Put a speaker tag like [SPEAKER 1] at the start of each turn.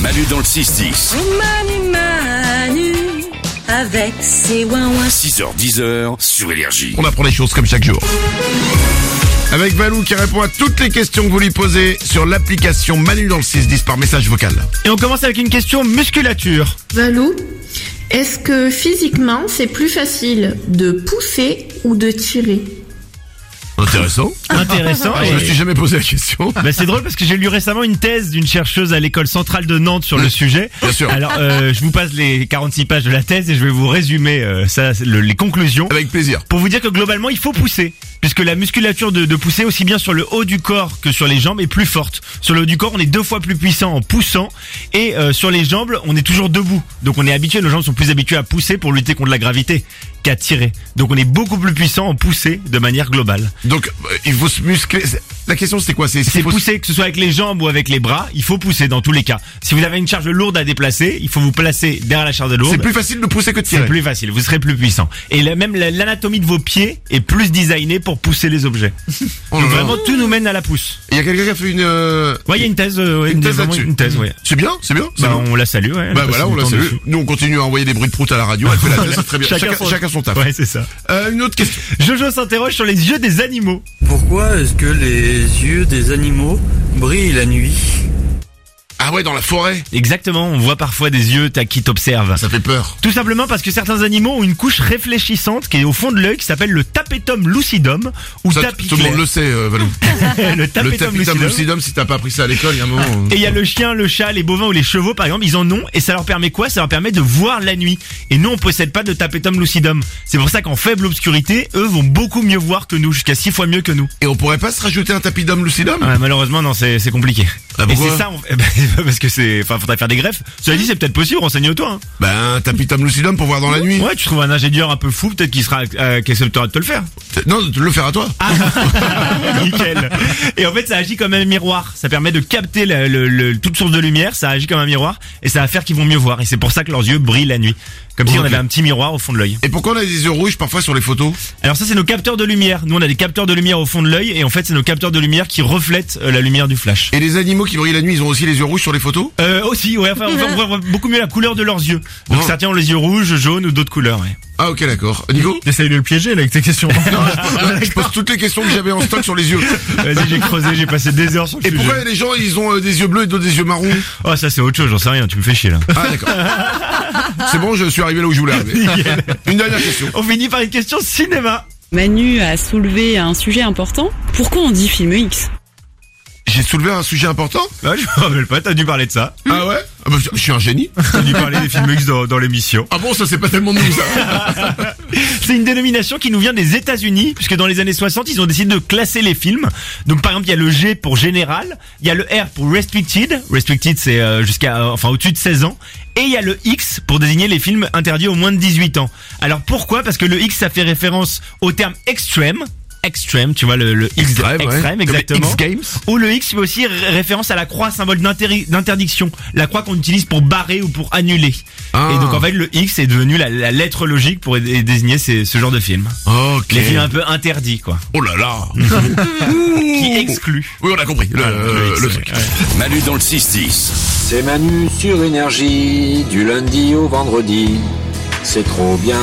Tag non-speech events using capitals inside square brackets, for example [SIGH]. [SPEAKER 1] Manu dans le 6-10.
[SPEAKER 2] Manu, Manu, avec ses ouin-ouin.
[SPEAKER 1] 6h-10h sur Énergie.
[SPEAKER 3] On apprend les choses comme chaque jour. Avec Valou qui répond à toutes les questions que vous lui posez sur l'application Manu dans le 610 par message vocal.
[SPEAKER 4] Et on commence avec une question musculature.
[SPEAKER 5] Valou, est-ce que physiquement c'est plus facile de pousser ou de tirer
[SPEAKER 3] Intéressant.
[SPEAKER 4] Intéressant.
[SPEAKER 3] Ah, Je me suis jamais posé la
[SPEAKER 4] [LAUGHS]
[SPEAKER 3] question.
[SPEAKER 4] Bah, c'est drôle parce que j'ai lu récemment une thèse d'une chercheuse à l'école centrale de Nantes sur le sujet.
[SPEAKER 3] Mmh. Bien sûr.
[SPEAKER 4] Alors, euh, je vous passe les 46 pages de la thèse et je vais vous résumer euh, ça, le- les conclusions.
[SPEAKER 3] Avec plaisir.
[SPEAKER 4] Pour vous dire que globalement, il faut pousser. Puisque la musculature de, de pousser, aussi bien sur le haut du corps que sur les jambes, est plus forte. Sur le haut du corps, on est deux fois plus puissant en poussant. Et euh, sur les jambes, on est toujours debout. Donc on est habitué, nos jambes sont plus habituées à pousser pour lutter contre la gravité qu'à tirer. Donc on est beaucoup plus puissant en pousser de manière globale.
[SPEAKER 3] Donc, euh, il faut se muscler. C'est- La question, c'était quoi C'est
[SPEAKER 4] C'est
[SPEAKER 3] faut se-
[SPEAKER 4] pousser, que ce soit avec les jambes ou avec les bras, il faut pousser dans tous les cas. Si vous avez une charge lourde à déplacer, il faut vous placer derrière la charge lourde.
[SPEAKER 3] C'est plus facile de pousser que de
[SPEAKER 4] C'est
[SPEAKER 3] tirer.
[SPEAKER 4] plus facile, vous serez plus puissant. Et la- même la- l'anatomie de vos pieds est plus designée pour pousser les objets.
[SPEAKER 3] Oh là
[SPEAKER 4] Donc
[SPEAKER 3] là.
[SPEAKER 4] vraiment, tout nous mène à la pousse.
[SPEAKER 3] Il y a quelqu'un qui a fait une, euh,
[SPEAKER 4] Ouais, il y a une thèse, euh, ouais,
[SPEAKER 3] une thèse
[SPEAKER 4] vraiment
[SPEAKER 3] là-dessus.
[SPEAKER 4] Une thèse, ouais.
[SPEAKER 3] C'est bien, c'est bien. c'est
[SPEAKER 4] Bah,
[SPEAKER 3] bon.
[SPEAKER 4] on la salue, ouais. elle
[SPEAKER 3] Bah
[SPEAKER 4] a
[SPEAKER 3] voilà,
[SPEAKER 4] passé
[SPEAKER 3] on
[SPEAKER 4] du
[SPEAKER 3] l'a
[SPEAKER 4] temps
[SPEAKER 3] salué.
[SPEAKER 4] dessus.
[SPEAKER 3] Nous, on continue à envoyer des bruits de prout à la radio. Elle fait la thèse, c'est très bien. Chacun,
[SPEAKER 4] son-
[SPEAKER 3] chacun son taf.
[SPEAKER 4] Ouais, c'est ça.
[SPEAKER 3] Euh, une autre question.
[SPEAKER 4] Jojo s'interroge sur les yeux des animaux.
[SPEAKER 6] Pourquoi est-ce que les yeux des animaux brillent la nuit
[SPEAKER 3] Ah ouais, dans la forêt.
[SPEAKER 4] Exactement, on voit parfois des yeux t'as- qui t'observent.
[SPEAKER 3] Ça fait peur.
[SPEAKER 4] Tout simplement parce que certains animaux ont une couche réfléchissante qui est au fond de l'œil qui s'appelle le tapetum lucidum ou
[SPEAKER 3] Ça,
[SPEAKER 4] tapis
[SPEAKER 3] tout le monde
[SPEAKER 4] clair.
[SPEAKER 3] le sait, euh, Valou.
[SPEAKER 4] [LAUGHS] le
[SPEAKER 3] Le
[SPEAKER 4] tapetum
[SPEAKER 3] tapitum
[SPEAKER 4] lucidum.
[SPEAKER 3] lucidum, si t'as pas appris ça à l'école, il y a un moment. euh,
[SPEAKER 4] Et il y a le chien, le chat, les bovins ou les chevaux par exemple, ils en ont et ça leur permet quoi Ça leur permet de voir la nuit. Et nous on possède pas de tapetum lucidum. C'est pour ça qu'en faible obscurité, eux vont beaucoup mieux voir que nous, jusqu'à six fois mieux que nous.
[SPEAKER 3] Et on pourrait pas se rajouter un tapidum lucidum
[SPEAKER 4] Ouais, malheureusement non, c'est c'est compliqué.
[SPEAKER 3] Ah,
[SPEAKER 4] et
[SPEAKER 3] pourquoi
[SPEAKER 4] c'est ça on- [LAUGHS] eh ben, parce que c'est enfin faudrait faire des greffes. Cela dit, c'est peut-être possible, renseigne-toi. hein.
[SPEAKER 3] Ben, un tapitum lucidum pour voir dans la nuit.
[SPEAKER 4] Ouais, tu trouves un ingénieur un peu fou, peut-être qu'il sera euh, qui acceptera de te le faire.
[SPEAKER 3] Non, le faire à toi.
[SPEAKER 4] [LAUGHS] Nickel. Et en fait, ça agit comme un miroir. Ça permet de capter la- le- le- toute source de lumière. Ça agit comme un miroir et ça va faire qu'ils vont mieux voir. Et c'est pour ça que leurs yeux brillent la nuit, comme si on
[SPEAKER 3] Ok.
[SPEAKER 4] avait un petit miroir au fond de l'œil.
[SPEAKER 3] Et pourquoi on a des yeux rouges parfois sur les photos
[SPEAKER 4] Alors ça, c'est nos capteurs de lumière. Nous, on a des capteurs de lumière au fond de l'œil et en fait, c'est nos capteurs de lumière qui reflètent euh, la lumière du flash.
[SPEAKER 3] Et les animaux qui brillent la nuit, ils ont aussi les yeux rouges sur les photos
[SPEAKER 4] Euh, aussi, ouais, enfin, on voit- on voit beaucoup mieux la couleur de leurs yeux. Donc
[SPEAKER 3] Bon.
[SPEAKER 4] certains ont les yeux rouges, jaunes ou d'autres couleurs. Ouais.
[SPEAKER 3] Ah ok d'accord. [LAUGHS] Nico
[SPEAKER 4] Essaye de le piéger là, avec tes questions.
[SPEAKER 3] [LAUGHS] Je pose toutes les questions que j'avais en stock sur les yeux.
[SPEAKER 4] [LAUGHS] Vas-y, j'ai creusé, j'ai passé des heures sur le
[SPEAKER 3] Et
[SPEAKER 4] sujet.
[SPEAKER 3] pourquoi les gens ils ont euh, des yeux bleus et d'autres des yeux marrons
[SPEAKER 4] Oh, ça c'est autre chose, j'en sais rien, tu me fais [LAUGHS] chier là.
[SPEAKER 3] Ah d'accord. C'est bon, je suis arrivé là où je voulais [LAUGHS] arriver. Une dernière question.
[SPEAKER 4] On finit par une question cinéma.
[SPEAKER 7] Manu a soulevé un sujet important. Pourquoi on dit film X
[SPEAKER 3] J'ai soulevé un sujet important
[SPEAKER 4] Ah, je me rappelle pas, t'as dû parler de ça.
[SPEAKER 3] Ah ouais Ah bah, Je suis un génie.
[SPEAKER 4] T'as dû parler des films X dans, dans l'émission.
[SPEAKER 3] Ah bon, ça c'est pas tellement de nous ça.
[SPEAKER 4] C'est une dénomination qui nous vient des États-Unis, puisque dans les années 60, ils ont décidé de classer les films. Donc par exemple, il y a le G pour général, il y a le R pour restricted, restricted c'est euh, jusqu'à euh, enfin au-dessus de 16 ans, et il y a le X pour désigner les films interdits aux moins de 18 ans. Alors pourquoi Parce que le X ça fait référence au terme extreme. Extreme, tu vois le, le X
[SPEAKER 3] Extrême, ouais. Comme
[SPEAKER 4] extrême,
[SPEAKER 3] les
[SPEAKER 4] exactement.
[SPEAKER 3] X-Games.
[SPEAKER 4] Ou le X fait aussi ré- référence à la croix, symbole d'inter- d'interdiction. La croix qu'on utilise pour barrer ou pour annuler.
[SPEAKER 3] Ah.
[SPEAKER 4] Et donc en fait, le X est devenu la, la lettre logique pour é- désigner ces- ce genre de film.
[SPEAKER 3] Ok.
[SPEAKER 4] Les films un peu interdits, quoi.
[SPEAKER 3] Oh là là.
[SPEAKER 4] Qui excluent.
[SPEAKER 3] Oui, on a compris.
[SPEAKER 1] Ah,
[SPEAKER 3] Le, euh,
[SPEAKER 4] le X,
[SPEAKER 3] le
[SPEAKER 4] ouais,
[SPEAKER 3] truc.
[SPEAKER 4] ouais.
[SPEAKER 1] Manu dans le 6-10.
[SPEAKER 8] C'est Manu sur énergie, du lundi au vendredi. C'est trop bien.